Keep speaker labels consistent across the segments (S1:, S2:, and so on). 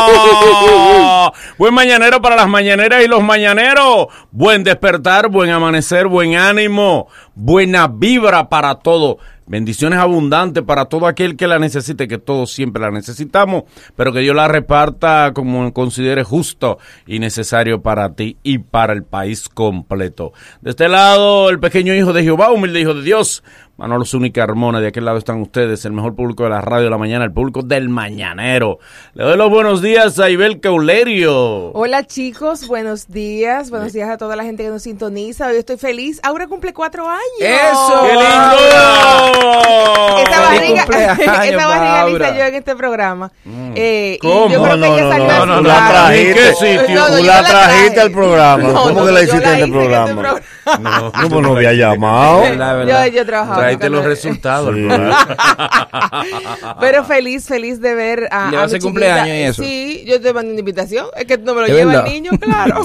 S1: mañanero! Buen mañanero para las mañaneras y los mañaneros. Buen despertar, buen amanecer, buen ánimo, buena vibra para todo. Bendiciones abundantes para todo aquel que la necesite, que todos siempre la necesitamos, pero que Dios la reparta como considere justo y necesario para ti y para el país completo. De este lado, el pequeño hijo de Jehová, humilde hijo de Dios, Manolo Zúñiga Carmona, de aquel lado están ustedes, el mejor público de la radio de la mañana, el público del mañanero. Le doy los buenos días a Ibel Caulerio.
S2: Hola chicos, buenos días. Buenos días a toda la gente que nos sintoniza. Hoy estoy feliz. Aura cumple cuatro años.
S3: ¡Eso!
S1: ¡Qué lindo!
S2: Esa barriga, esa barriga
S3: Aura.
S2: lisa yo en este programa. Eh, y
S1: ¿Cómo?
S2: yo creo que
S4: No,
S2: ella
S4: no,
S2: salió
S4: no,
S2: a
S4: no,
S2: su
S4: no, la
S2: lado.
S4: trajiste.
S1: ¿En qué sitio?
S2: yo
S4: Tú
S2: la
S4: la trajiste
S2: traje.
S4: al programa.
S2: No,
S4: ¿Cómo
S2: no,
S4: que
S2: yo
S4: la hiciste
S2: la
S4: en
S2: hice
S4: el
S2: en este
S4: programa?
S1: No,
S4: ¿Cómo no había llamado?
S3: Verdad,
S2: Yo,
S3: verdad.
S2: yo trabajaba.
S1: Traíte
S2: con
S1: los
S2: él.
S1: resultados.
S4: Sí.
S1: hermano.
S2: Pero feliz, feliz de ver a. a
S3: Le va a
S2: mi
S3: hacer
S2: chiquita.
S3: cumpleaños y eso.
S2: Sí, yo te mando una invitación. Es que tú no me lo
S3: ¿Es
S2: lleva
S3: verdad?
S2: el niño, claro.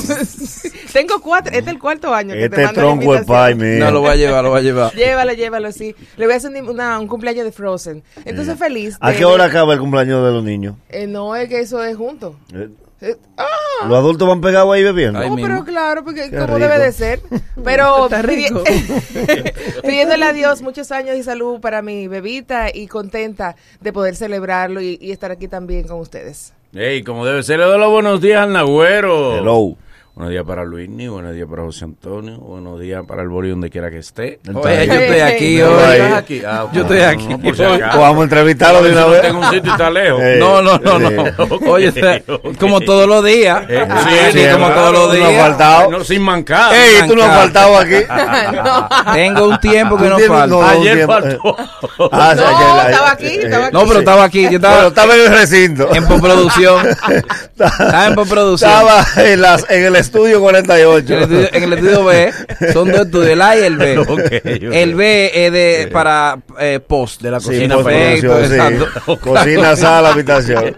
S2: Tengo cuatro. Este es el cuarto año. que te
S4: Este
S2: mando la
S4: tronco es
S2: invitación.
S4: pay, mío.
S3: No, lo voy a llevar, lo voy a llevar.
S2: Llévalo, llévalo, sí. Le voy a hacer una- un cumpleaños de Frozen. Entonces, feliz.
S4: ¿A
S2: de-
S4: qué hora acaba el cumpleaños de los niños?
S2: Eh, no, es que eso es junto.
S4: Eh,
S2: Eh, ah,
S4: ¿Los adultos van pegados ahí bebiendo?
S3: Ay.
S2: no,
S3: mismo.
S2: pero claro, porque
S4: Qué
S2: como
S4: rico.
S2: debe de ser. Pero
S5: Está rico.
S2: pidi- pidiéndole a Dios muchos años y salud para mi bebita y contenta de poder celebrarlo y, y estar aquí también con ustedes.
S1: Ey, como debe ser, le doy los buenos días al Nagüero.
S4: Hello.
S1: Buenos días para Luisni, buenos días para José Antonio, buenos días para el Bori donde quiera que esté.
S3: Oye, yo
S4: Entonces,
S3: estoy aquí
S2: Yo
S4: estoy
S3: hoy.
S1: aquí. Ah,
S3: Yo
S1: bueno,
S3: estoy aquí.
S1: no, por si acaso.
S4: pues vamos a entrevistarlo de
S1: Yo
S4: una
S1: no
S4: vez.
S1: tengo un sitio y está lejos.
S4: Eh,
S3: No, no, no, no.
S4: Eh.
S3: Oye, o sea, como todos los días.
S1: Eh,
S3: Sí,
S1: sí,
S3: sí, como
S1: claro,
S3: todos los
S4: no
S3: días.
S4: falta. Faltado.
S1: No, sin mancar.
S4: ¡Ey, tú no has faltado aquí!
S2: no,
S3: Tengo un tiempo que
S4: Tú
S3: no
S4: tienes-
S3: falta.
S1: Ayer
S4: un tiempo.
S1: faltó.
S4: Ah, o sea,
S2: No,
S4: que la- eh,
S2: estaba aquí, estaba aquí.
S3: No, pero estaba aquí. Yo
S4: Pero
S3: estaba
S4: estaba en el recinto.
S3: en postproducción.
S4: Estaba
S3: en postproducción.
S4: Estaba en, las- en el estudio
S3: En el
S4: 48.
S3: estudio- en el estudio B son dos estudios, el A y el B.
S1: Ok, ok.
S3: El B es de, para eh, post, de la
S4: Sí,
S3: cocina.
S4: por
S3: Perfecto,
S4: producción, sí.
S3: exacto.
S4: Cocina, sala, habitación.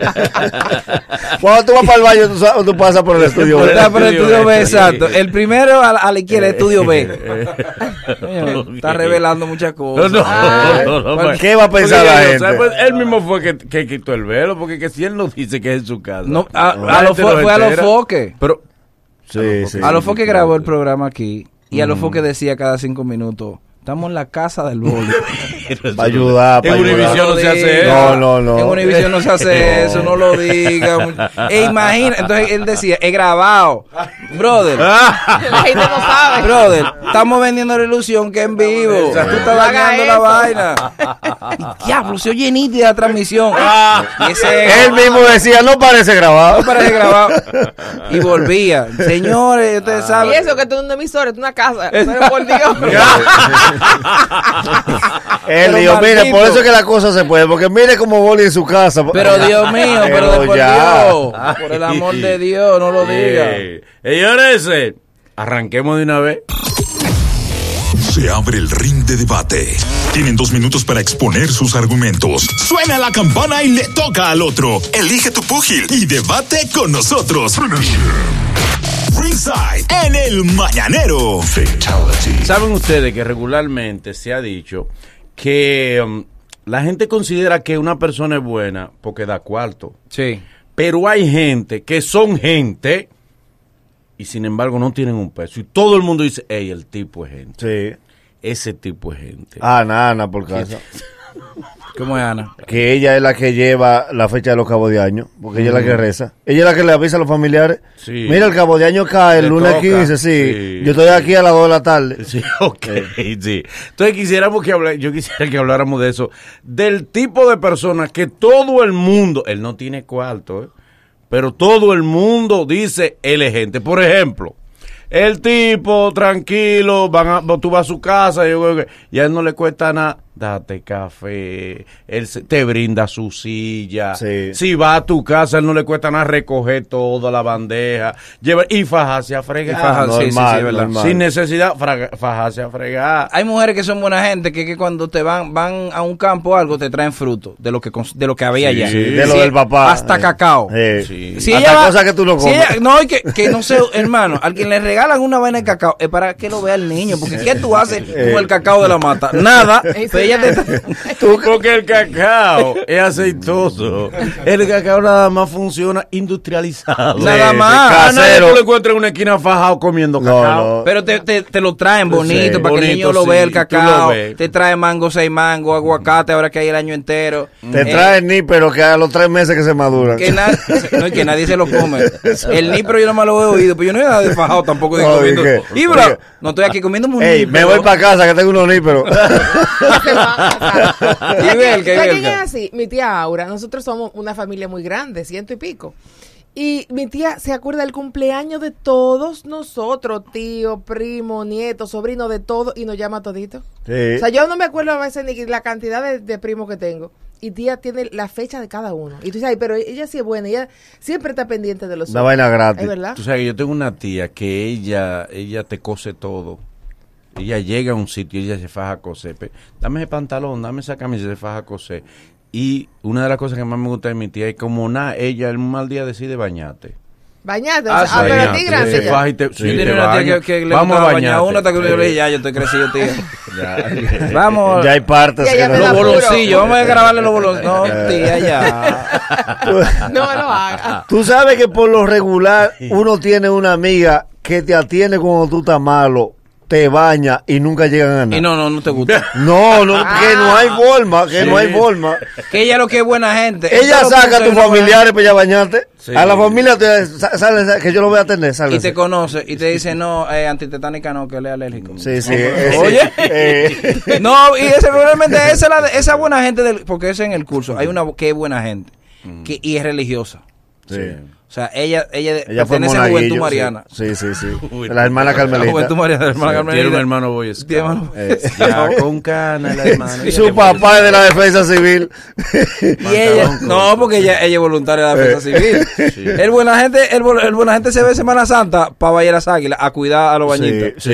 S4: Cuando tú vas para el baño, tú, sa- tú pasas por el estudio.
S3: Por-
S4: ¿verdad?
S3: está por el estudio B,
S1: B, sí. Eh,
S3: exacto. El primero a la, a la izquierda, el estudio B.
S1: B.
S3: Está revelando muchas
S1: No,
S3: cosas.
S1: no,
S2: Ah.
S1: no, no,
S4: ¿Por
S1: pues.
S4: qué va a pensar
S1: Porque
S4: la
S1: yo,
S4: gente?
S1: ¿sabes? Pues, él mismo fue que, que quitó el velo, porque que si él no dice que es en su casa.
S3: No, a,
S1: La
S3: a los
S1: gente Ah,
S3: fo-
S1: no
S3: fue a los
S1: entera.
S3: foques.
S1: Pero,
S4: Sí, sí.
S3: A los foques grabó el programa aquí. Y a los foques decía cada cinco minutos: Estamos en la casa del boli.
S4: Para ayudar,
S1: En
S4: para ayudar.
S1: Univision no se hace eso.
S4: No, no, no.
S3: En Univision no se hace eso, no lo diga. E imagina, entonces él decía, he grabado. Brother,
S1: Ah.
S2: la gente no sabe.
S3: brother, estamos vendiendo la ilusión que en vivo. Tú estás
S2: Haga
S3: dañando la
S2: eso.
S3: vaina. Y diablo, se oye nítida la transmisión.
S1: Ah.
S3: Y ese
S4: Ah. Él mismo decía, no parece grabado.
S3: para de grabar. Y volvía. Señores, ustedes
S2: Ah. Y
S3: saben.
S2: eso que tú eres un emisor, es una casa. Pero por Dios.
S4: Él
S3: Pero
S4: dijo, mire,
S3: maldito.
S4: por eso es que la cosa se puede, porque mire cómo boli en su casa.
S3: Pero Dios mío, pero de por
S4: ya.
S3: Dios. Por el amor de Dios, no lo diga.
S1: eh, señores, eh, arranquemos de una vez.
S6: Se abre el ring de debate. Tienen dos minutos para exponer sus argumentos. Suena la campana y le toca al otro. Elige tu púgil y debate con nosotros. Ringside en el mañanero.
S1: Saben ustedes que regularmente se ha dicho que um, la gente considera que una persona es buena porque da cuarto.
S3: Sí.
S1: Pero hay gente que son gente y sin embargo no tienen un peso. Y todo el mundo dice, hey, el tipo es gente.
S4: Sí.
S1: Ese tipo es gente.
S4: Ah, Nana, por casa.
S3: ¿Cómo es Ana?
S4: Que ella es la que lleva la fecha de los cabos de año, porque ella
S3: Mm.
S4: es la que reza. Ella es la que le avisa a los familiares.
S1: Sí.
S4: Mira, el cabo de año cae el
S1: Te
S4: lunes
S1: toca.
S4: 15, sí.
S1: Sí.
S4: Yo estoy aquí a las 2 de la tarde.
S1: Sí, ok,
S3: Eh.
S1: sí. Entonces quisiéramos que habla- yo quisiera que habláramos de eso, del tipo de personas que todo el mundo, él no tiene cuarto, ¿eh? pero todo el mundo dice, él es gente. Por ejemplo, el tipo tranquilo, van a- tú vas a su casa, yo creo que- y a él no le cuesta nada date café, él se- te brinda su silla.
S4: Sí.
S1: Si va a tu casa, él no le cuesta nada recoger toda la bandeja. Lleva, y fajarse a fregar.
S3: Y fajarse, Ah, sí, sí, sí,
S4: normal,
S3: es verdad.
S4: normal.
S1: Sin necesidad, fraga- fajarse a fregar.
S3: Hay mujeres que son buena gente que, que cuando te van van a un campo o algo te traen fruto de lo que cons- de lo que había allá.
S4: de lo
S3: Sí,
S4: del papá.
S3: Hasta
S4: Eh,
S3: cacao.
S4: eh,
S1: Sí.
S3: Si
S4: hasta
S3: ella va-
S4: cosas que tú no
S3: si
S4: comes.
S3: ella- no, y que, que no sé, hermano, al quien le regalan una vaina de cacao es para que lo vea el niño, porque ¿qué tú haces con el cacao de la mata? Nada. Pero ella te-
S1: Porque el cacao es aceitoso. El cacao nada más funciona industrializado.
S3: Nada
S4: Sí,
S3: más.
S4: sí,
S1: Ah, nadie
S4: casero.
S1: tú lo encuentras en una esquina fajado comiendo
S4: No,
S1: cacao.
S4: no.
S3: Pero te, te, te lo traen bonito,
S4: Sí,
S3: para que el niño
S1: bonito,
S3: lo vea
S1: sí,
S3: el
S1: tú lo
S3: cacao.
S1: ves.
S3: Te trae mango, seis mango, aguacate, ahora que hay el año entero.
S4: Mm. Te
S3: Eh,
S4: traen ni, pero que a los tres meses que se maduran.
S3: Que, na- no, y que nadie se lo come. El nipro yo no me lo he oído, pero yo no he nada de fajado tampoco. De
S4: No,
S3: comiendo.
S4: dije,
S3: Y, bro,
S4: oye,
S3: no estoy aquí comiendo un
S4: Ey,
S3: nipro.
S4: me voy para casa que tengo unos níperos.
S2: se van a casar.
S3: Y
S2: ¿Sabes
S3: belga, y
S2: quién- ¿sabes quién
S3: belga.
S2: es así? Mi tía Aura. Nosotros somos una familia muy grande, ciento y pico. Y mi tía se acuerda del cumpleaños de todos nosotros, tío, primo, nieto, sobrino, de todo, y nos llama a todito.
S4: Sí.
S2: O sea, yo no me acuerdo a veces ni la cantidad de, de primos que tengo. Y tía tiene la fecha de cada uno. Y tú dices, ay, pero ella sí es buena, ella siempre está pendiente de los
S4: Una
S2: otros.
S4: vaina gratis.
S2: Es verdad.
S1: Tú sabes que yo tengo una tía que ella, ella te cose todo. Ella llega a un sitio y ella se faja a coser. Pe- Dame ese pantalón, dame esa camisa, se faja a coser. Y una de las cosas que más me gusta de mi tía es como nada, ella en un mal día decide bañarte.
S2: Bañate, o
S3: Ah,
S2: sea, ah,
S3: sí.
S2: pero a
S1: Bañarte,
S2: ti
S4: Sí.
S2: grande
S1: se
S2: ya.
S1: faja y te, sí,
S3: Yo
S1: te
S3: tenía una tía
S1: baña.
S3: que, que le
S1: Vamos a
S3: gustaba bañar a
S1: bañarte. Eh,
S3: uno hasta que yo le dije, ya, yo estoy crecido, tía. Vamos.
S4: Ya hay partes
S2: Ya, ya
S4: que
S2: me
S4: no-
S2: da
S3: Los
S2: apuro.
S3: boloncillos, vamos a grabarle los boloncillos. No, tía, ya.
S2: No lo hagas.
S4: Tú sabes que por lo regular uno tiene una amiga que te atiende cuando tú estás malo, te baña y nunca llegan a
S3: Y
S4: nada.
S3: no, Ah. no, no te gusta.
S4: No, no, que no hay forma, que no hay forma.
S3: Que ella lo que es buena gente. Esto
S4: Ella
S3: lo
S4: saca
S3: puso
S4: a
S3: en
S4: tus
S3: una buena
S4: familiares para ya bañarte.
S1: Sí.
S4: A la familia te sa- sale, sa- que yo lo voy a atender,
S3: gente.
S4: sale.
S3: Y te conoce y te dice, no, eh, antitetánica no, que le es alérgico.
S4: Sí, sí. eh,
S3: Oye.
S4: sí, eh,
S3: No, y ese, realmente esa, es la- esa buena gente, del, porque ese en el curso, hay una que es buena gente
S4: Mm.
S3: que, y es religiosa.
S4: sí.
S3: O sea, ella, ella,
S4: Ella fue
S3: pertenece a
S4: monaguillo,
S3: Juventud
S4: sí.
S3: Mariana.
S4: Sí, sí, sí.
S1: Uy,
S4: La hermana
S3: La
S4: Carmelita. Eh.
S3: Juventud Mariana, hermana
S1: Sí,
S3: Carmelita.
S1: Tiene eh, un hermano boy scout.
S3: Tiene
S4: Ah,
S3: hermano-
S1: Ya, con cana, la hermana.
S4: Y su papá es de la defensa civil.
S3: Y ella,
S1: Pantalón
S3: no, porque ella, ella es voluntaria de la defensa civil.
S1: Sí.
S3: El buena gente, el, bol- el buena gente se ve Semana Santa para Valleras Águilas a cuidar a los bañitos.
S4: Sí.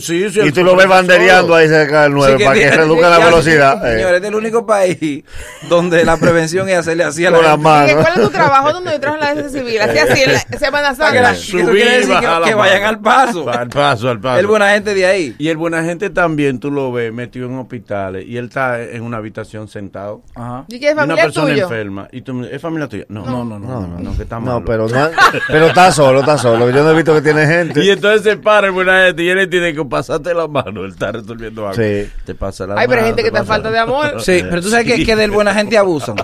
S1: Sí, sí, sí.
S4: y
S1: el
S4: tú lo ves
S1: profesor.
S4: bandereando ahí cerca del 9
S3: Sí que
S4: para que
S3: tiene-
S4: reduzca la
S3: ya,
S4: velocidad. eh,
S3: Señores, es el único país donde la prevención es hacerle así a la
S4: con la
S3: gente.
S2: Dije,
S4: mano.
S2: ¿Cuál es tu trabajo? donde yo trabajo en la defensa civil? Así, así, en la Semana
S3: Para que la-
S2: Santa.
S3: que eso quiere decir que-
S1: baja la
S3: que vayan
S1: mano.
S3: al paso.
S1: Al paso, al paso.
S3: El buena gente de ahí.
S1: Y el buena gente también, tú lo ves, metido en hospitales y él está en una habitación sentado.
S3: Ajá.
S2: ¿Y que es
S1: Y una
S2: familia
S1: persona
S2: tuyo?
S1: enferma. Y tú me dices, ¿es familia tuya? No,
S3: No, no, no.
S1: no, no, que está malo.
S4: No, pero, no, pero está solo, está solo. Yo no he visto que tiene gente.
S1: Y entonces se para el buena gente y él le tiene que pasarte la mano. Él está resolviendo algo.
S4: Sí.
S1: Te pasa la
S2: Ay, pero hay
S1: mano,
S2: gente que te
S1: pasa-
S2: falta de amor.
S3: Sí, pero tú sabes que, que del buena gente abusan.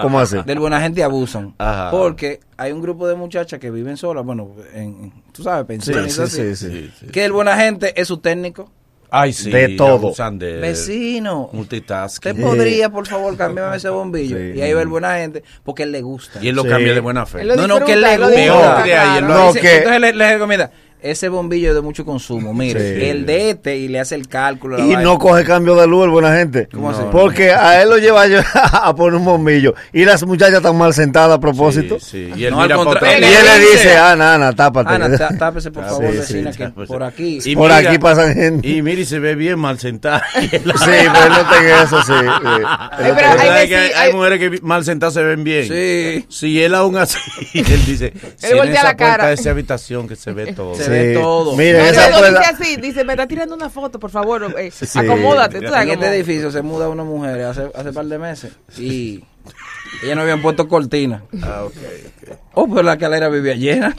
S4: ¿Cómo así?
S3: Del buena gente abusan.
S1: Ajá.
S3: Porque hay un grupo de muchachas que viven solas, bueno, en, tú sabes,
S4: Sí,
S3: pensiones
S4: sí,
S3: así.
S4: sí, sí.
S3: Que el buena gente es su técnico.
S1: Ay, sí.
S4: De todo.
S1: abusan de-
S3: Vecino, ¿usted
S1: Multitasking.
S3: podría, por favor, cambiarme ese bombillo?
S4: Sí.
S3: Y ahí va el buena gente, porque él le gusta.
S1: Y él lo
S4: Sí.
S1: cambia de buena fe.
S2: Él lo
S3: No, no,
S2: disfruta,
S3: que le
S2: él lo
S3: gusta.
S2: disfruta,
S1: Crea y él
S2: claro.
S4: lo
S3: Dice-
S4: No, que-
S3: Entonces le, le recomienda, ese bombillo es de mucho consumo, mire,
S4: Sí.
S3: el de este, y le hace el cálculo. la
S4: Y
S3: vaina.
S4: no coge cambio de luz el buena gente.
S3: ¿Cómo así?
S4: Porque a él lo lleva yo a poner un bombillo. Y las muchachas están mal sentadas a propósito.
S1: Sí, sí. Y él
S3: No, al
S1: mira por
S3: contrario.
S4: Y
S1: todo.
S4: él
S3: Él le
S4: le
S3: dice, "Ah,
S4: dice, ah, Ana, Ana, tápate.
S3: Ana, tá- tápese,
S1: Ah,
S3: por favor,
S4: sí,
S3: vecina,
S4: sí,
S3: que por aquí.
S1: Y
S4: pues, Por
S1: mira-
S4: aquí pasan gente.
S1: Y mire, y se ve bien mal sentada. sí,
S4: Sí, pero él no tenga eso, sí. sí.
S2: Ay, pero hay
S1: hay,
S2: veci-
S1: hay
S2: hay-
S1: mujeres que vi- mal sentadas se ven bien.
S3: Sí.
S1: Si él aún así, él dice, si en
S2: voltea
S1: esa
S2: la cara.
S1: puerta de esa habitación que se ve todo.
S3: Se ve. de todo.
S4: Mire,
S2: No,
S4: esa
S2: no, no,
S4: puerta-
S2: dice así, dice, me está tirando una foto, por favor, eh,
S4: Sí.
S2: acomódate. tú sabes
S3: En
S2: cómo-
S3: este edificio se muda una mujer hace, hace par de meses y ella no habían puesto cortina.
S1: Ah, ok.
S3: Oh, pero la escalera vivía llena.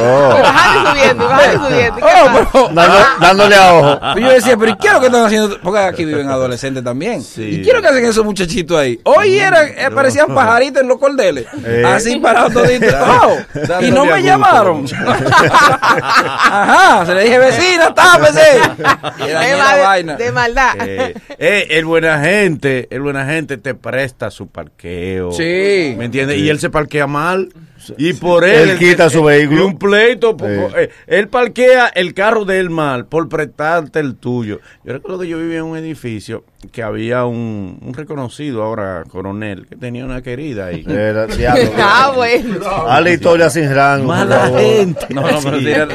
S4: Oh.
S2: Y bajando y subiendo, y bajando y subiendo. ¿y qué pasa?
S3: oh, pero...
S4: Dando- dándole a ojo.
S3: Y yo decía, pero ¿y qué es lo que están haciendo? Porque aquí viven adolescentes también.
S1: Sí.
S3: ¿Y qué es lo que hacen esos muchachitos ahí? Hoy eran, eh, parecían pajaritos en los cordeles.
S4: Eh.
S3: Así parados toditos. Oh, y
S1: Dándole a
S3: no me
S1: gusto,
S3: llamaron. Ajá, se le dije, vecina, tápese. Y
S2: De,
S3: era la
S2: mal-
S3: vaina.
S2: de maldad.
S1: Eh, eh, el buena gente, el buena gente te presta su parqueo.
S3: Sí.
S1: ¿Me entiendes? Y él se parquea mal. Y por él.
S4: Él quita su vehículo.
S1: y un pleito. por-
S4: Sí.
S1: por- eh, él parquea el carro de él mal por prestarte el tuyo. Yo recuerdo que yo vivía en un edificio que había un, un reconocido ahora coronel que tenía una querida ahí.
S3: Eh,
S4: Era, diablo.
S2: Ah, bueno.
S4: Haz la historia sin rango. por
S1: Mala
S4: favor.
S1: gente.
S3: No, no, pero
S1: Sí.
S3: tira-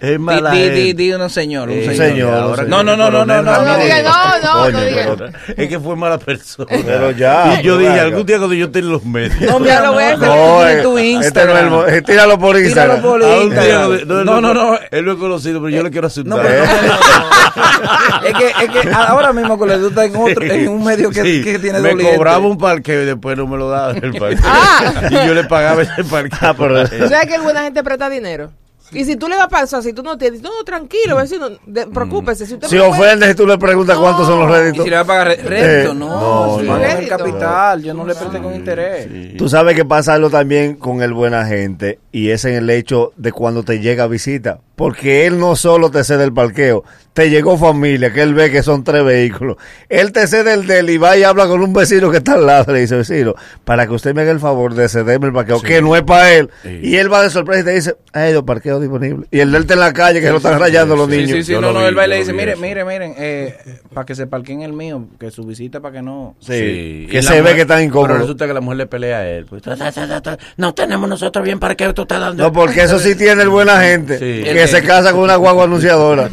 S1: es
S3: Di,
S1: mala
S3: di,
S1: gente.
S3: di, di un señor, un
S1: Eh,
S3: señor.
S4: señor,
S1: ahora
S4: un
S1: que
S3: señor. No, no, no, no,
S1: coronel
S3: no, no,
S2: diga, no, no,
S1: Coño,
S2: no diga.
S1: pero Es que fue mala persona.
S4: Pero ya,
S1: Y yo
S4: pero
S1: dije,
S4: venga.
S1: algún día cuando yo esté en los medios.
S3: No, mira, lo voy a hacer
S4: No,
S3: en tu
S4: eh,
S3: Instagram.
S4: este no es el mo- eh, tíralo por Instagram.
S3: por
S1: A un
S3: Instagram.
S1: día lo-
S3: No, no, no.
S1: Él lo he conocido, pero yo le quiero asustar.
S3: No, pero no, no, no. es, que, es que ahora mismo con la duda en, otro, en un medio que,
S1: Sí,
S3: que tiene
S1: me
S3: doble lente.
S1: cobraba un parqueo y después no me lo daba el parqueo.
S2: Ah.
S1: Y yo le pagaba ese parqueo.
S4: Ah, pero-
S2: ¿Tú sabes que alguna gente presta dinero? Y si tú le vas a pasar, si tú no tienes, no, no, tranquilo, vecino, de- preocúpese. Si, usted
S4: Si
S2: me puede-
S4: ofendes y tú le preguntas
S2: No.
S4: cuántos son los
S3: Y
S4: réditos.
S3: si le va a pagar re-
S4: Eh,
S3: rédito, no,
S4: no,
S3: si
S4: no.
S3: paga el
S2: Rédito.
S3: capital, yo no le presté con interés.
S4: Tú sabes que pasa algo también con el buena gente y es en el hecho de cuando te llega visita, porque él no solo te cede el parqueo, te llegó familia, que él ve que son tres vehículos, él te cede el del y va y habla con un vecino que está al lado, le dice vecino, para que usted me haga el favor de cederme el parqueo, que no es para él,
S1: Sí.
S4: y él va de sorpresa y te dice, hay dos parqueos disponibles, y el del está en la calle que lo están rayando los
S3: Sí,
S4: niños.
S3: sí, sí,
S1: Yo
S3: no,
S1: lo
S3: no,
S1: vi,
S3: él va y le
S1: yo
S3: dice,
S1: lo vi
S3: mire,
S1: eso.
S3: mire, miren, eh, para que se parquen el mío, que su visita para que no...
S4: Sí,
S1: Y
S4: que
S1: la
S4: se ve
S1: mujer-
S4: que están
S1: Pero
S4: incómodos.
S1: resulta que la mujer le pelea a él. pues, ta, ta, ta, ta, ta, No tenemos nosotros bien para qué tú estás dando.
S4: No, porque eso sí tiene el buena gente,
S1: Sí.
S4: que se casa con una guagua anunciadora.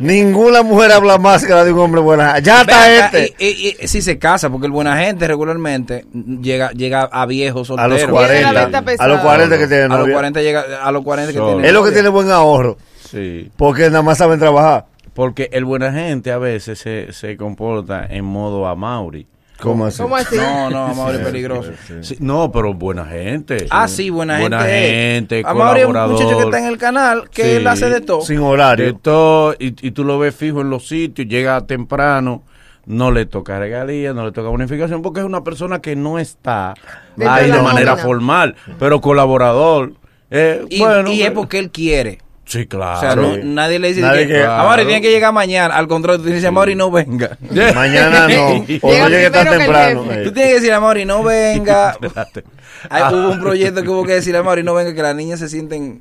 S4: Ninguna mujer habla máscara de un hombre buena. Ya
S3: Ven
S4: está
S3: acá,
S4: este.
S3: Ah, y- y- y si se casa, porque el buena gente regularmente llega, llega a viejos
S4: A
S3: solteros.
S4: los
S2: Viene la
S4: 40.
S2: venta pesada.
S4: A los 40 que tiene
S3: a los
S4: novia.
S3: 40 llega, a los 40 que
S1: Solo.
S3: tiene
S4: Es lo que
S3: novia.
S4: tiene buen ahorro,
S1: Sí.
S4: porque nada más saben trabajar.
S1: Porque el buena gente a veces se, se comporta en modo a Mauri.
S4: ¿Cómo así?
S2: ¿Cómo así?
S3: No, no, Amaury es peligroso.
S1: Sí, no, pero buena gente.
S3: Ah, sí, buena,
S1: buena
S3: gente.
S1: gente,
S3: Amaury es un muchacho que
S1: colaborador.
S3: está en el canal, que
S1: Sí.
S3: él hace de todo.
S4: Sin
S1: De
S4: horario.
S1: todo, y, y tú lo ves fijo en los sitios, llega temprano, no le toca regalías, no le toca bonificación, porque es una persona que no está
S2: Dentro
S1: ahí
S2: de
S1: de,
S2: la
S1: manera
S2: nómina.
S1: formal, pero colaborador. Eh,
S3: Y,
S1: bueno,
S3: y es
S1: eh,
S3: porque él quiere.
S1: Sí, claro.
S3: O sea, no- nadie le dice
S4: Nadie
S3: que,
S4: que-
S3: Amaury tiene que llegar mañana. Al contrario, tú dices, Amaury no venga.
S4: Mañana no. O no
S2: Llega
S4: llegue tan
S2: primero que el
S4: temprano.
S2: jefe.
S3: Tú
S4: eh.
S3: tienes que decir, Amaury no venga.
S1: Espérate.
S3: Ay, hubo un proyecto que hubo que decir, Amaury no venga, que las niñas se sienten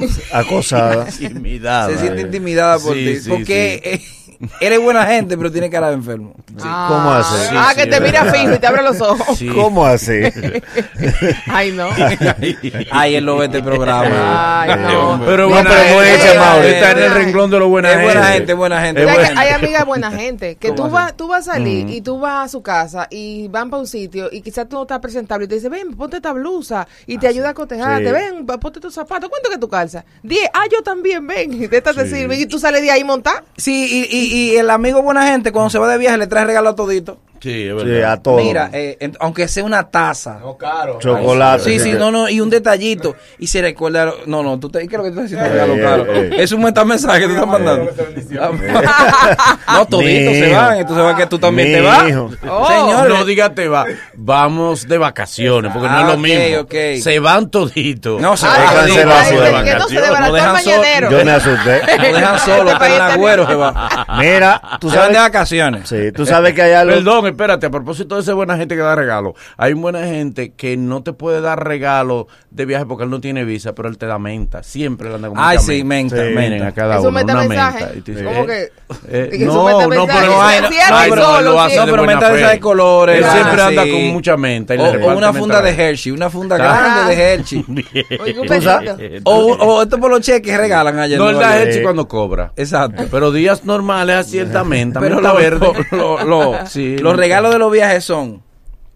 S4: Acosada.
S1: Intimidada.
S3: se siente
S1: eh.
S3: intimidada por
S1: Sí,
S3: ti.
S1: sí, sí.
S3: porque eh, eres buena gente, pero tienes cara de enfermo.
S2: Ah,
S4: ¿Cómo hace?
S2: Ah,
S1: Sí,
S2: que
S1: sí,
S2: te
S1: es
S2: mira
S1: verdad.
S2: fijo y te abre los ojos.
S1: Sí.
S4: ¿Cómo así?
S2: Ay, no.
S3: Ay, él lo ve este programa.
S1: Este
S2: Ay, no.
S4: hombre.
S1: Pero
S4: No,
S1: buena
S4: pero
S1: gente,
S4: buen hecho,
S1: eh,
S4: Mauri.
S1: Está en el renglón de lo buena
S3: Es
S1: gente.
S3: buena gente, buena gente.
S1: Es
S2: O sea,
S1: buena
S2: que hay amigas buena gente que tú
S3: ¿Cómo
S2: vas, tú vas a salir y tú vas a su casa y van para un sitio y quizás tú no estás presentable y te dice, ven, ponte esta blusa y te ayuda a cotejarte,
S4: Sí.
S2: ven, va, ponte tus zapatos, ¿cuánto que tú calzas? Diez, ah, yo también, ven, y de esta te sirve y tú sales de ahí montar.
S3: Sí, y, y, y el amigo buena gente, cuando se va de viaje, le trae regalo a todito.
S1: Sí, es
S4: Sí,
S1: verdad.
S4: a todo.
S3: Mira, eh, en- aunque sea una taza.
S4: Chocolate.
S3: Sí, sí, no, no, y un detallito. Y se recuerda. No, no, tú te, ¿qué es lo que tú estás diciendo?
S4: Ey,
S3: regalo
S4: ey,
S3: caro.
S4: ey.
S3: Es un mensaje que tú
S4: Eh,
S3: estás mandando. Ah, no, toditos se
S4: Mijo.
S3: van. Entonces va que tú también te vas. eh,
S4: Mijo.
S2: Oh.
S3: Señores.
S1: No digas te va, vamos de vacaciones, porque no
S3: Ah,
S1: es lo
S3: ok,
S1: mismo.
S3: ok.
S1: Se van toditos.
S3: No, se
S2: Ay,
S3: van.
S4: Hay cancelación.
S3: toditos.
S4: Ay,
S2: que no se
S1: vacaciones.
S2: desbarató el
S3: No dejan sol.
S2: mañanero.
S4: Yo me asusté.
S3: Lo dejan solo,
S2: Este país
S3: está
S2: está
S3: el agüero que
S2: bien.
S3: va.
S4: Mira, tú
S3: Se van de
S4: sabes.
S3: vacaciones.
S4: Sí, tú sabes que hay algo.
S1: Perdón, espérate, a propósito de esa buena gente que da regalo, hay buena gente que no te puede dar regalo de viaje porque él no tiene visa, pero él te da menta, siempre le anda con
S3: Ay,
S1: mucha
S3: sí, menta,
S1: Miren,
S3: menta.
S1: a cada
S2: Eso
S1: uno
S2: mete
S1: una
S2: mensaje.
S1: menta. Y tú dices,
S2: Como
S1: eh,
S2: que-
S1: eh,
S2: que eso
S1: no,
S2: mete
S1: no,
S2: mensaje.
S1: pero
S2: Ay, no,
S1: no, ay,
S2: no,
S1: no, él
S2: solo,
S1: lo hace
S2: sí.
S3: No,
S1: de
S3: pero
S1: buena
S3: menta de
S1: fe.
S3: esas de colores.
S1: Él
S3: ah,
S1: siempre anda
S3: sí.
S1: con mucha menta. y
S3: O,
S1: le
S3: o
S1: reparte
S3: una funda de
S1: menta.
S3: Hershey, una funda
S2: Ah.
S3: grande de Hershey.
S2: Oye, un
S4: Tú
S2: besito.
S4: sabes-
S1: Eh,
S3: o, o estos por los cheques regalan allá. en
S1: No, él
S3: Nueva
S1: da
S3: York.
S1: Hershey cuando cobra.
S3: Exacto.
S1: Pero días normales así él da menta,
S3: Pero
S1: menta
S3: lo-
S1: verde.
S3: lo- lo-
S1: Sí.
S3: Los regalos de los viajes son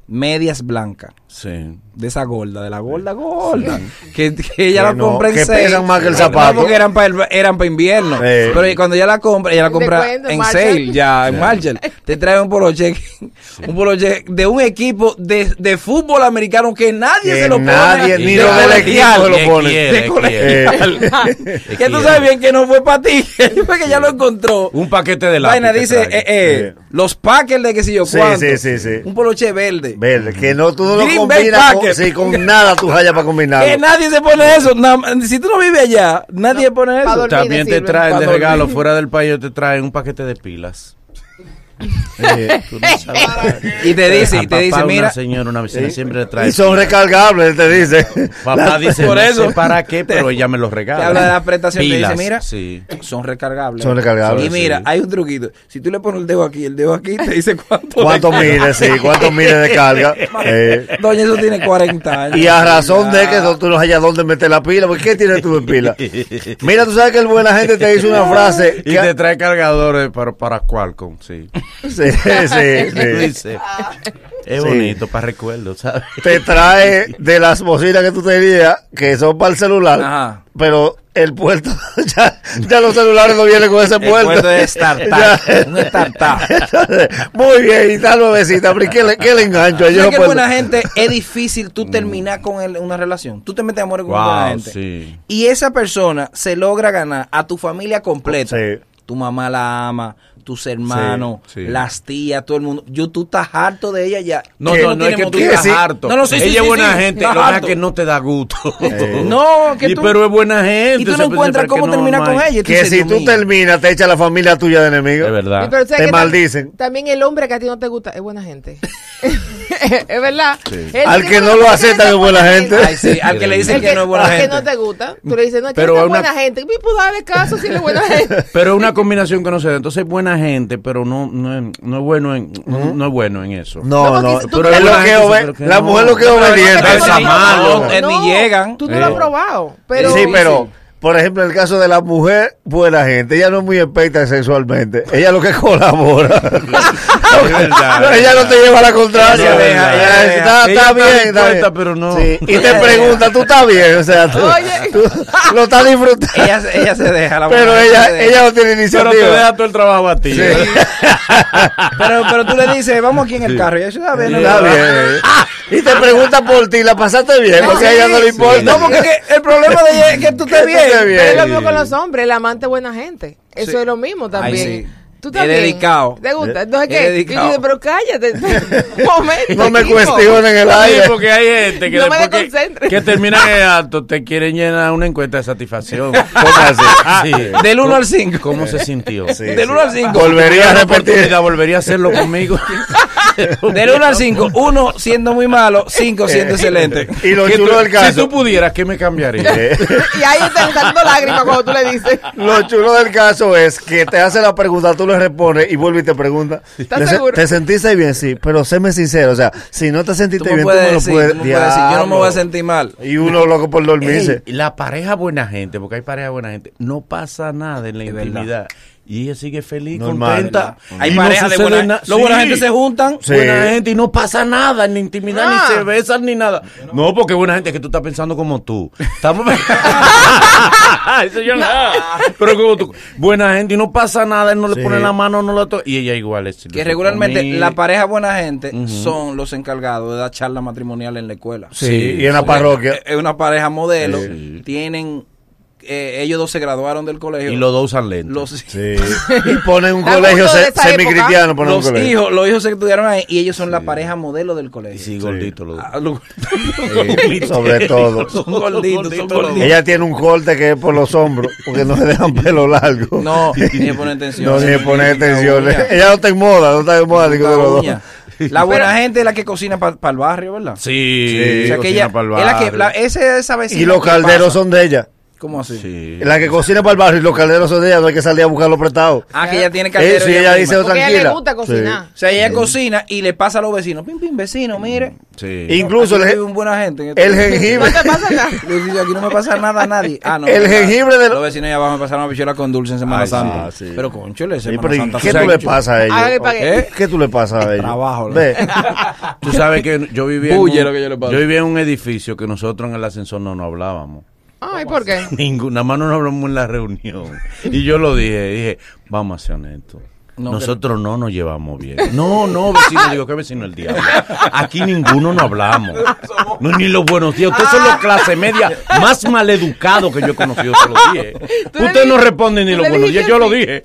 S3: medias blancas.
S1: Sí.
S3: De esa gorda, de la gorda, gorda. Que, que ella
S4: Que
S3: la
S4: no,
S3: compra en
S4: que
S3: seis.
S4: pesan más que el
S3: No,
S4: zapato.
S3: porque eran para eran pa invierno.
S4: Eh.
S3: Pero cuando ella la compra, ella la compra
S2: Descuento,
S3: en
S2: Marshall.
S3: sale, ya, en Marshall. Te trae un poloche, un poloche de un equipo de, de fútbol americano que nadie
S4: Que
S3: se lo pone.
S4: nadie,
S3: de
S4: ni lo del
S3: colegial.
S4: equipo se lo
S1: Que
S4: pone.
S1: quiere,
S3: De
S1: que
S3: colegial.
S4: Eh,
S3: Que tú sabes bien que no fue para ti. Fue que ya lo encontró.
S1: Un paquete de lápiz.
S3: Vaina
S1: te
S3: dice,
S1: trae.
S3: eh, eh,
S4: Sí.
S3: los Packers de que sé yo
S4: Sí,
S3: cuánto.
S4: sí, sí, sí.
S3: Un poloche verde.
S4: Verde, que no, tú no lo
S3: Green
S4: combinas
S3: Bay
S4: con,
S3: Packers.
S4: sí, con nada tú hallas para
S3: Que
S4: combinarlo.
S3: nadie se pone eso. Na- si tú no vives allá, nadie pone
S2: pa'
S3: eso.
S2: dormir.
S1: También te
S2: sirven
S1: traen
S3: pa'
S1: de
S3: dormir.
S1: regalo fuera del país, te traen un paquete de pilas.
S4: Eh,
S1: Tú no sabes.
S3: Y te dice, y
S1: A
S3: te dice,
S1: papá
S3: mira,
S1: Una señora, una vecina siempre le trae.
S4: y son recargables, te dice.
S1: Papá dice,
S3: Por
S1: no
S3: eso.
S1: sé para qué, pero ella me los
S3: te
S1: regala.
S3: habla de la prestación, te dice,
S1: Pilas,
S3: mira,
S1: Sí.
S3: son recargables.
S4: Son recargables,
S3: Y mira,
S1: sí.
S3: hay un truquito. Si tú le pones el dedo aquí, el dedo aquí, te dice cuánto.
S4: ¿Cuánto
S3: le-
S4: mide? Sí, ¿cuánto mide de carga? Eh,
S3: Doña, eso tiene 40 años.
S4: Y a razón de que tú no hayas dónde meter la pila, porque ¿qué tienes tú de pila? Mira, tú sabes que el buena gente te dice una frase.
S1: Y
S4: que-
S1: te trae cargadores para, para Qualcomm, sí.
S4: Sí, sí, sí.
S1: Dice,
S3: Ah.
S1: es
S4: Sí.
S1: bonito para recuerdos, ¿sabes?
S4: Te trae de las bocinas que tú tenías, que son para el celular,
S3: Ajá.
S4: pero el puerto, ya, ya los celulares no vienen con ese
S3: El
S4: puerto.
S3: puerto es startup,
S4: Ya.
S3: un startup.
S4: Entonces, Muy bien, y tal nuevecita, pero ¿y ¿qué le, qué le engancho?
S3: ¿Sabes
S4: Yo no Mm.
S3: qué,
S4: puedo-
S3: buena gente? Es difícil tú terminar con el- una relación. Tú te metes a amor con una
S1: Wow,
S3: buena gente.
S1: sí.
S3: Y esa persona se logra ganar a tu familia completa.
S4: Sí.
S3: Tu mamá la ama, tus hermanos,
S1: Sí, sí.
S3: las tías, todo el mundo. Yo, tú estás harto de ella ya.
S1: No,
S3: Tú
S1: no, no, es
S3: tienes
S1: que tú
S3: motivo.
S1: estás
S4: sí.
S1: harto.
S3: No, no, sí,
S1: Ella
S3: sí,
S1: es
S3: sí,
S1: buena
S3: sí,
S1: gente,
S3: estás
S1: lo que pasa es
S3: harto.
S1: que no te da gusto.
S4: Eh.
S3: No, que
S1: Y
S3: tú-
S1: Pero es buena gente.
S3: Y tú no
S1: siempre-
S3: encuentras
S1: siempre
S3: cómo
S1: que no,
S3: terminar
S1: no
S3: con
S1: hay-
S3: ella.
S4: Que si tú terminas, te echa la familia tuya de enemigo.
S1: Es verdad.
S2: Y pero, o sea,
S4: Te
S2: que tam-
S4: maldicen.
S2: También el hombre que a ti no te gusta es buena gente. es verdad. El
S4: Al
S2: tipo
S4: que no
S2: de
S4: lo
S2: persona
S4: aceptan
S2: te
S4: es buena gente.
S3: Ay, sí, al que le dicen
S2: El
S3: que, no es buena
S2: el que
S3: gente.
S2: no te gusta, tú le dices, no, es que
S1: Pero
S2: no es
S1: una-
S2: buena gente. Me puedo darle caso si él es buena gente.
S1: Pero es una combinación que no se da. Entonces es buena gente, pero no, no, es- no es bueno en, no, no es bueno en eso.
S4: No,
S2: No,
S4: no,
S2: porque si tú
S4: pero
S2: te-
S4: es lo
S1: Pero la
S4: que
S1: gente
S4: obe-
S1: dice, pero
S4: la
S1: que
S4: mujer
S1: no.
S4: lo que es
S1: Pero la
S4: obediente.
S1: gente no lo Malo.
S2: No,
S3: Eh, ni llegan.
S2: Tú no lo
S1: Eh.
S2: has probado. Pero,
S4: sí, pero por ejemplo, el caso de la mujer, buena gente, ella no es muy experta sexualmente, ella lo que colabora.
S1: verdad,
S4: No, ella no te lleva a la contraria.
S1: Es verdad, es
S4: Ella dice,
S1: verdad. Ella
S4: está, está
S1: está
S4: bien, está
S1: dispuesta,
S4: bien.
S1: pero no.
S4: Sí, Y te pregunta, ¿tú estás bien? O sea, tú,
S2: Oye.
S4: tú lo estás disfrutando.
S3: Ella, se- ella se deja la
S4: pero
S3: mujer se
S4: ella,
S3: deja.
S4: ella no tiene iniciativa.
S1: Pero te deja todo el trabajo a ti.
S4: Sí.
S3: Pero, pero tú le dices, vamos aquí en el carro. Y ella dice, "Ah, "Está bien, no
S4: Está
S3: le va".
S4: bien. Y te pregunta por ti, ¿la pasaste bien? Porque a ella no le importa.
S3: No, porque que el problema de ella es que tú
S4: Que
S3: estés
S4: tú
S3: bien.
S4: estés bien.
S2: pero es lo mismo con los hombres, el amante es buena gente. Eso
S3: Sí.
S2: es lo mismo también.
S3: Ay, sí.
S2: Tú
S3: Es
S2: también.
S3: delicado.
S2: ¿Te
S4: Eh,
S2: gusta? Entonces,
S3: Es
S2: ¿qué? Y
S3: delicado.
S2: tú dices, pero cállate. Un momento.
S4: No me
S2: equipo.
S4: cuestionen el
S1: Sí,
S4: aire.
S1: porque hay gente que
S2: No me
S1: después que,
S2: desconcentres.
S1: que termina el acto te quieren llenar una encuesta de satisfacción.
S4: ¿Cómo así?
S1: Sí.
S3: Del 1 al 5.
S1: ¿Cómo se sintió?
S3: Del 1 al 5.
S4: Volvería a
S1: La
S4: repetir.
S1: oportunidad, volvería a hacerlo conmigo.
S3: Del 1 al 5. 1 siendo muy malo, 5 siendo excelente.
S4: Y lo
S1: Que tú-
S4: chulo del
S1: Si tú
S4: caso.
S1: pudieras, ¿qué me cambiaría?
S4: Eh,
S2: Y ahí te están dando lágrimas cuando tú le dices.
S4: Lo chulo del caso es que te hace la pregunta, tú le respondes y vuelve y te pregunta.
S2: ¿Estás
S4: ¿Te se-
S2: seguro?
S4: ¿Te sentiste bien? Sí, pero séme sincero. O sea, si no te
S3: Tú
S4: sentiste
S3: me
S4: bien, tú me
S3: puedes
S4: Este lo
S3: decir,
S4: puedes
S3: tú me puedes decir, yo no me voy a
S4: Diablo.
S3: sentir mal.
S4: Y uno loco por dormirse.
S1: Ey, la pareja buena gente, porque hay pareja buena gente, no pasa nada en la
S3: verdad.
S1: intimidad. Y ella sigue feliz,
S4: Normal.
S1: contenta.
S3: Hay
S1: y
S3: pareja de
S1: sucede
S3: buena-
S1: na-
S3: los buena gente se juntan.
S4: Sí.
S1: Buena gente y no pasa nada en la intimidad,
S2: Ah.
S1: ni se besan ni nada. No, porque buena gente es que tú estás pensando como tú. Estamos. Eso yo no. Pero como tú. Buena gente y no pasa nada, él no
S4: Sí.
S1: le pone la mano, no la toca. Y ella igual es.
S3: Que regularmente la pareja buena gente son los encargados de dar charla matrimonial en la escuela.
S4: Sí, y en la parroquia.
S3: Es una pareja modelo.
S1: Sí.
S3: Tienen. eh, ellos dos se graduaron del colegio.
S1: Y los dos usan lento.
S3: Los,
S4: Sí. Y ponen un
S2: Está
S4: colegio
S2: justo de
S4: se-
S2: esa época.
S4: semicristiano. Ponen un
S3: los
S4: colegio.
S3: hijos, los hijos se estudiaron ahí y ellos son la pareja modelo del
S1: Y
S3: colegio.
S1: sí, gordito los dos.
S3: Ah, lo-
S1: Eh,
S4: Sí, sobre todo.
S3: Son gorditos, son
S1: Gordito,
S3: gorditos.
S4: Ella tiene un corte que es por los hombros, porque no le dejan pelo largo.
S3: No, ni le ponen tensión.
S4: No se pone
S3: Ni la
S4: atención.
S3: uña.
S4: Ella no está en moda, no está en moda. ninguno de los dos.
S3: uña. La buena gente es la que cocina para el barrio, ¿verdad?
S1: Sí,
S4: Sí.
S3: O sea, que
S1: cocina
S3: ella,
S1: pa'l
S3: es la que,
S1: barrio.
S3: la- esa, esa vecina
S4: Y los
S3: que
S4: calderos
S3: pasa.
S4: son de ella.
S3: ¿Cómo así?
S1: Sí.
S4: La que cocina para el barrio y los calderos son de ella, no hay que salir a buscar los prestados.
S3: Ah, que ella tiene
S4: Eh,
S3: caldero.
S4: sí, ella
S3: misma.
S4: dice Mm.
S2: Porque a ella
S4: tranquila.
S2: le gusta cocinar.
S3: O sea, ella cocina y le pasa a los vecinos. Pim, pim, vecino, mire.
S1: Sí.
S4: Mm. Incluso
S3: Aquí
S4: el,
S3: vive un buena gente. en este-
S4: el
S2: No
S4: jengibre.
S2: te pasa nada.
S3: Le dice, aquí no me pasa nada a nadie. Ah, no.
S4: El
S3: ¿verdad?
S4: jengibre de- ah,
S3: Los vecinos allá abajo me pasaron a bichuela con dulce en Semana
S1: Ay, sí,
S3: Santa.
S1: sí.
S3: Pero, conchole,
S4: Sí,
S3: Semana
S4: pero ¿y
S3: Santa.
S4: ¿Qué
S3: se
S4: tú
S3: ha
S4: le
S3: hecho.
S4: pasa a
S2: Hágale
S4: ellos?
S2: pa' que-
S4: ¿Eh? ¿Qué tú le pasa a ellos?
S3: Trabajo, ¿no?
S4: Ve.
S1: Tú sabes que yo vivía, en un,
S3: Bulle, lo que yo le paso.
S1: yo vivía en un edificio que nosotros en el ascensor no nos hablábamos.
S2: Ay, ¿por qué?
S1: Ninguna mano no hablamos en la reunión. Y yo lo dije, dije, vamos a ser honestos.
S3: No,
S1: Nosotros no nos llevamos bien. No, no, vecino, digo, ¿qué vecino el diablo? Aquí ninguno nos hablamos. No, ni los buenos días. Ustedes son los
S2: Ah.
S1: clase media más maleducados que yo he conocido, se los dije.
S2: le
S1: Ustedes no
S2: dijiste-
S1: responden ni
S2: tú
S1: los
S2: le
S1: buenos días,
S2: dijiste
S1: yo lo
S2: así.
S1: dije.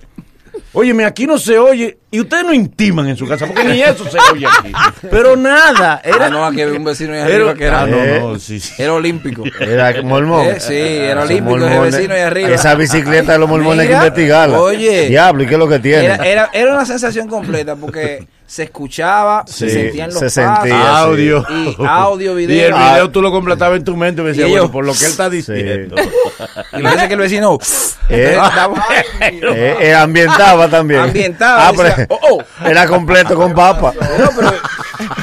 S1: Óyeme, aquí no se oye. Y ustedes no intiman en su casa, porque ni eso se oye aquí. Pero nada. Era,
S3: Ah, no, aquí había un vecino ahí
S1: era-
S3: arriba que era,
S1: Ah, no, no,
S4: Eh.
S1: sí, sí.
S3: era olímpico.
S4: Era mormón.
S3: Eh, sí, era
S4: Esos
S3: olímpico, ese
S4: mormones.
S3: vecino ahí arriba. Ah,
S4: Esa bicicleta de los mormones hay que
S3: Mira,
S4: investigarla.
S3: oye.
S4: Diablo, ¿y qué es lo que tiene?
S3: Era, era, era una sensación completa porque se escuchaba, se
S4: Sí,
S3: sentían los
S4: se
S3: pasos.
S4: sentía.
S1: Audio.
S3: Y audio, video.
S1: Y el
S4: Ah.
S1: video tú lo completabas en tu mente y decías,
S3: Y yo-
S1: bueno, por lo que él está diciendo.
S3: Y parece que el vecino
S4: Eh.
S3: estaba-
S4: Eh, eh, ambientaba también.
S3: Ambientaba,
S4: Ah, pero-
S3: decía, oh,
S4: Era completo con papa.
S3: No, pero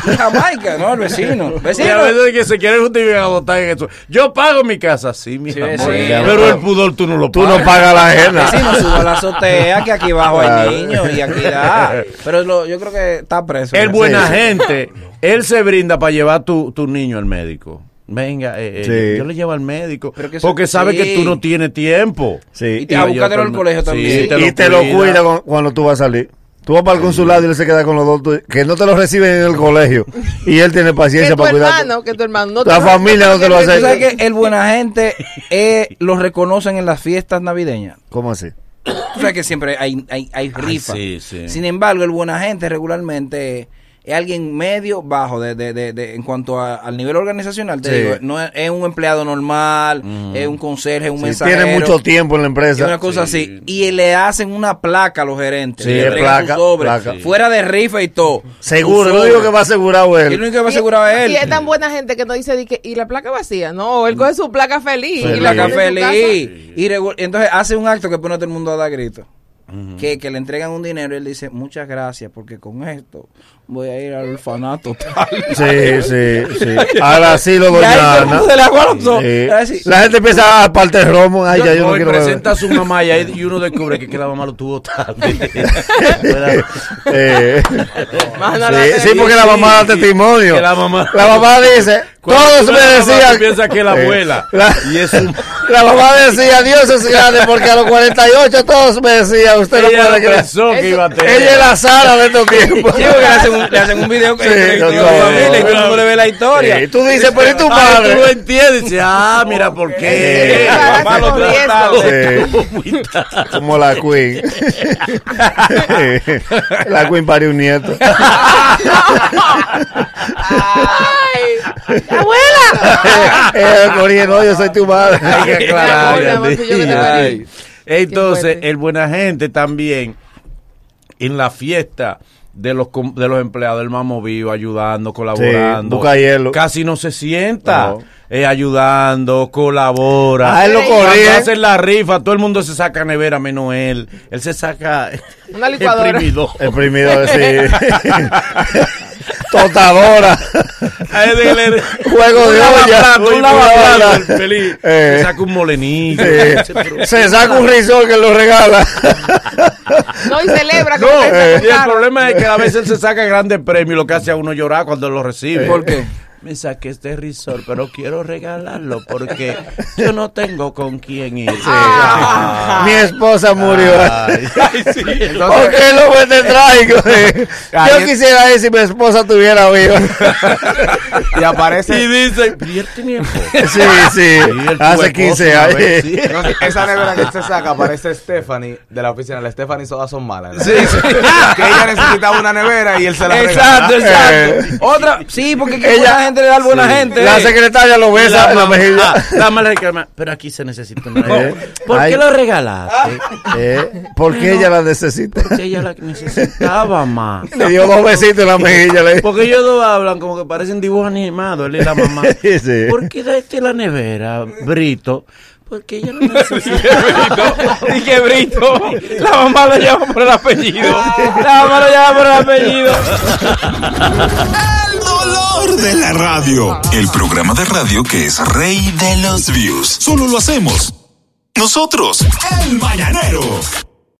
S3: y Jamaica, no, el vecino.
S1: Y a
S3: Vecino.
S1: veces que se quieren justificar votar en eso. Yo pago mi casa, sí, mi
S3: Sí,
S1: amor.
S3: sí.
S1: Pero el pudor tú no lo
S4: Tú
S1: pagas.
S4: no pagas la
S3: Ah, Vecino,
S4: ajena.
S3: suba a la azotea, que aquí abajo
S4: Claro.
S3: hay niños y aquí da. Pero lo- yo creo que está preso.
S1: El
S3: ya.
S1: buena
S4: Sí.
S1: gente, él se brinda para llevar tu, tu niño al médico. Venga, eh, eh,
S4: Sí.
S1: yo le llevo al médico.
S3: Pero que eso-
S1: porque sabe
S3: sí.
S1: que tú no tienes tiempo.
S4: Sí.
S3: Y te- a buscártelo al colegio también.
S1: Sí,
S4: Y, y te lo cuida con- cuando tú vas a salir. Tú vas para el consulado y él se queda con los dos. tu- Que no te lo reciben en el colegio. Y él tiene
S2: que
S4: paciencia
S2: tu
S4: para cuidar.
S2: hermano, que tu hermano no
S4: La familia no te lo
S3: ¿Tú
S4: hace.
S3: sabes que el buena gente eh, los reconocen en las fiestas navideñas?
S4: ¿Cómo así?
S3: Tú sabes que siempre hay, hay, hay
S1: Ay,
S3: rifa.
S1: sí, sí.
S3: Sin embargo, el buena gente regularmente es alguien medio bajo de, de- de- de- en cuanto a- al nivel organizacional. Te
S4: Sí.
S3: digo, no es, es un empleado normal,
S1: Mm.
S3: es un conserje, un
S4: Si
S3: mensajero.
S4: tiene mucho tiempo en la
S3: y una
S4: empresa.
S3: cosa
S1: Sí.
S3: así. Y le hacen una placa a los gerentes.
S4: Sí,
S3: Le
S4: es
S3: entregan
S4: placa,
S3: su sobre,
S4: placa.
S3: Fuera de rifa y todo.
S4: Seguro.
S3: Un
S4: Lo
S3: sobre.
S4: único que va asegurado es
S3: Y el
S4: él.
S3: único que va asegurado
S2: Y-
S3: es él.
S2: Y es tan buena gente que no dice, di que, y la placa vacía. No, él coge su placa feliz.
S4: Feliz.
S3: y la
S2: pone en su
S3: feliz.
S2: casa.
S3: Y regu- entonces hace un acto que pone a todo el mundo a dar gritos. Que, que le entregan un dinero y él dice, muchas gracias, porque con esto voy a ir al orfanato. tal".
S4: Sí, sí, sí. Ahora sí lo
S3: y ahí todo el
S4: doñana.
S3: mundo se le agua a los ojos.
S4: Sí.
S3: Es decir,
S4: La gente empieza a apartar el romo. Ay, ya yo no
S1: Hoy
S4: quiero beber.
S1: presenta a su mamá y, ahí- y uno descubre que, que la mamá lo tuvo tarde.
S4: Eh,
S2: Mándala
S4: sí,
S2: a
S4: sí, porque la mamá da testimonio.
S1: Que la mamá-
S4: mamá dice,
S1: Cuando
S4: todos
S1: tú
S4: me
S1: eres la mamá,
S4: decían... Eh,
S1: tú piensas que es la abuela.
S4: La,
S1: Y es un-
S4: la mamá decía, Dios es grande, porque a los 48 todos me decían, usted no
S1: Ella
S4: puede
S1: no
S4: creer.
S1: pensó que iba a tener.
S4: Ella es la Sara de estos tiempos.
S3: sí, porque le hacen un, le hacen un video que
S4: Sí,
S3: que- que-
S4: yo
S3: con la
S4: creo.
S3: familia y todo el mundo le ve la historia.
S4: Sí, tú dices, pero ¿y tu
S1: Ah, tú lo
S4: madre?
S1: entiendes. Dice, ah, mira por qué.
S4: Sí.
S1: Mamá lo tuvo
S2: Sí.
S1: tarde.
S4: Sí.
S1: Muy tarde.
S4: Como la Queen. la Queen parió un nieto.
S2: ¡Ay! ¡Abuela!
S4: Eh, Corina, no, yo soy tu madre.
S1: Hay que aclarar,
S2: Ay, mi amor,
S1: Andy.
S2: soy yo que te parí.
S1: Ay. Entonces,
S2: fuerte.
S1: el buena gente también en la fiesta de los com- de los empleados, el mamo vivo, ayudando, colaborando.
S4: busca hielo.
S1: Casi no se sienta.
S4: No.
S1: eh, ayudando, colabora.
S4: Ah, él lo
S1: Cuando
S4: corrige.
S1: hacen la rifa, todo el mundo se saca nevera menos él. Él se saca
S2: Una licuadora.
S1: exprimidor.
S4: El primero, sí. Totadora.
S1: A él le- le-
S4: Juego
S1: un
S4: de olla.
S1: lavaplato,
S4: Un
S1: un lavaplato,
S4: lavaplato.
S1: el feliz.
S4: Eh.
S1: Se saca un molenillo.
S4: Sí. Se saca un risol que lo regala.
S2: No, y celebra.
S1: No, eh.
S2: como que
S1: y
S4: eh,
S2: se
S1: el
S2: sacaron.
S1: problema es que a veces él se saca grandes premios, lo que hace a uno llorar cuando lo recibe.
S3: ¿Por qué?
S1: Me saqué este risor, pero quiero regalarlo porque yo no tengo con quién ir. Ah.
S4: Mi esposa murió.
S1: Ay, ay, sí. Entonces,
S4: ¿Por qué lo te traigo? eh?
S1: Ay,
S4: Yo quisiera ir si mi esposa estuviera viva.
S5: Y aparece.
S1: y dice, "Y él tenía esposa".
S4: Sí,
S1: Y
S4: sí.
S1: él tuvo
S4: Hace
S1: esposa
S4: 15
S1: una
S4: años.
S1: vez, sí.
S5: no sé, esa nevera que se saca aparece Stephanie de la oficina. La Stephanie sodas son malas. ¿no?
S3: Sí, sí.
S5: Que ella necesitaba una nevera y él se la Ah, regaló.
S3: Exacto, exacto.
S4: Eh.
S3: Otra, sí, porque que
S4: Ella-
S3: buena gente le da al buena gente.
S4: La secretaria lo
S1: Y
S4: besa
S1: eh, la
S4: en la
S1: mamá,
S4: mejilla.
S1: Ah, la mamá le reclama, pero aquí se necesita una.
S4: Eh.
S1: ¿Por
S4: Ay.
S1: qué lo regalaste?
S4: Eh, ¿Por qué ella la necesita?
S1: Que ella la necesitaba más.
S4: Le dio dos besitos en la mejilla. Le...
S1: Porque ellos dos hablan como que parecen dibujos animados, él y la mamá.
S4: Sí.
S1: ¿Por qué daste la nevera, Brito? Porque ella no necesita.
S3: Y que Brito, la mamá lo llama por el apellido. La mamá lo llama por el apellido.
S6: El dolor de la radio. El programa de radio que es rey de los views. Solo lo hacemos. Nosotros, el mañanero.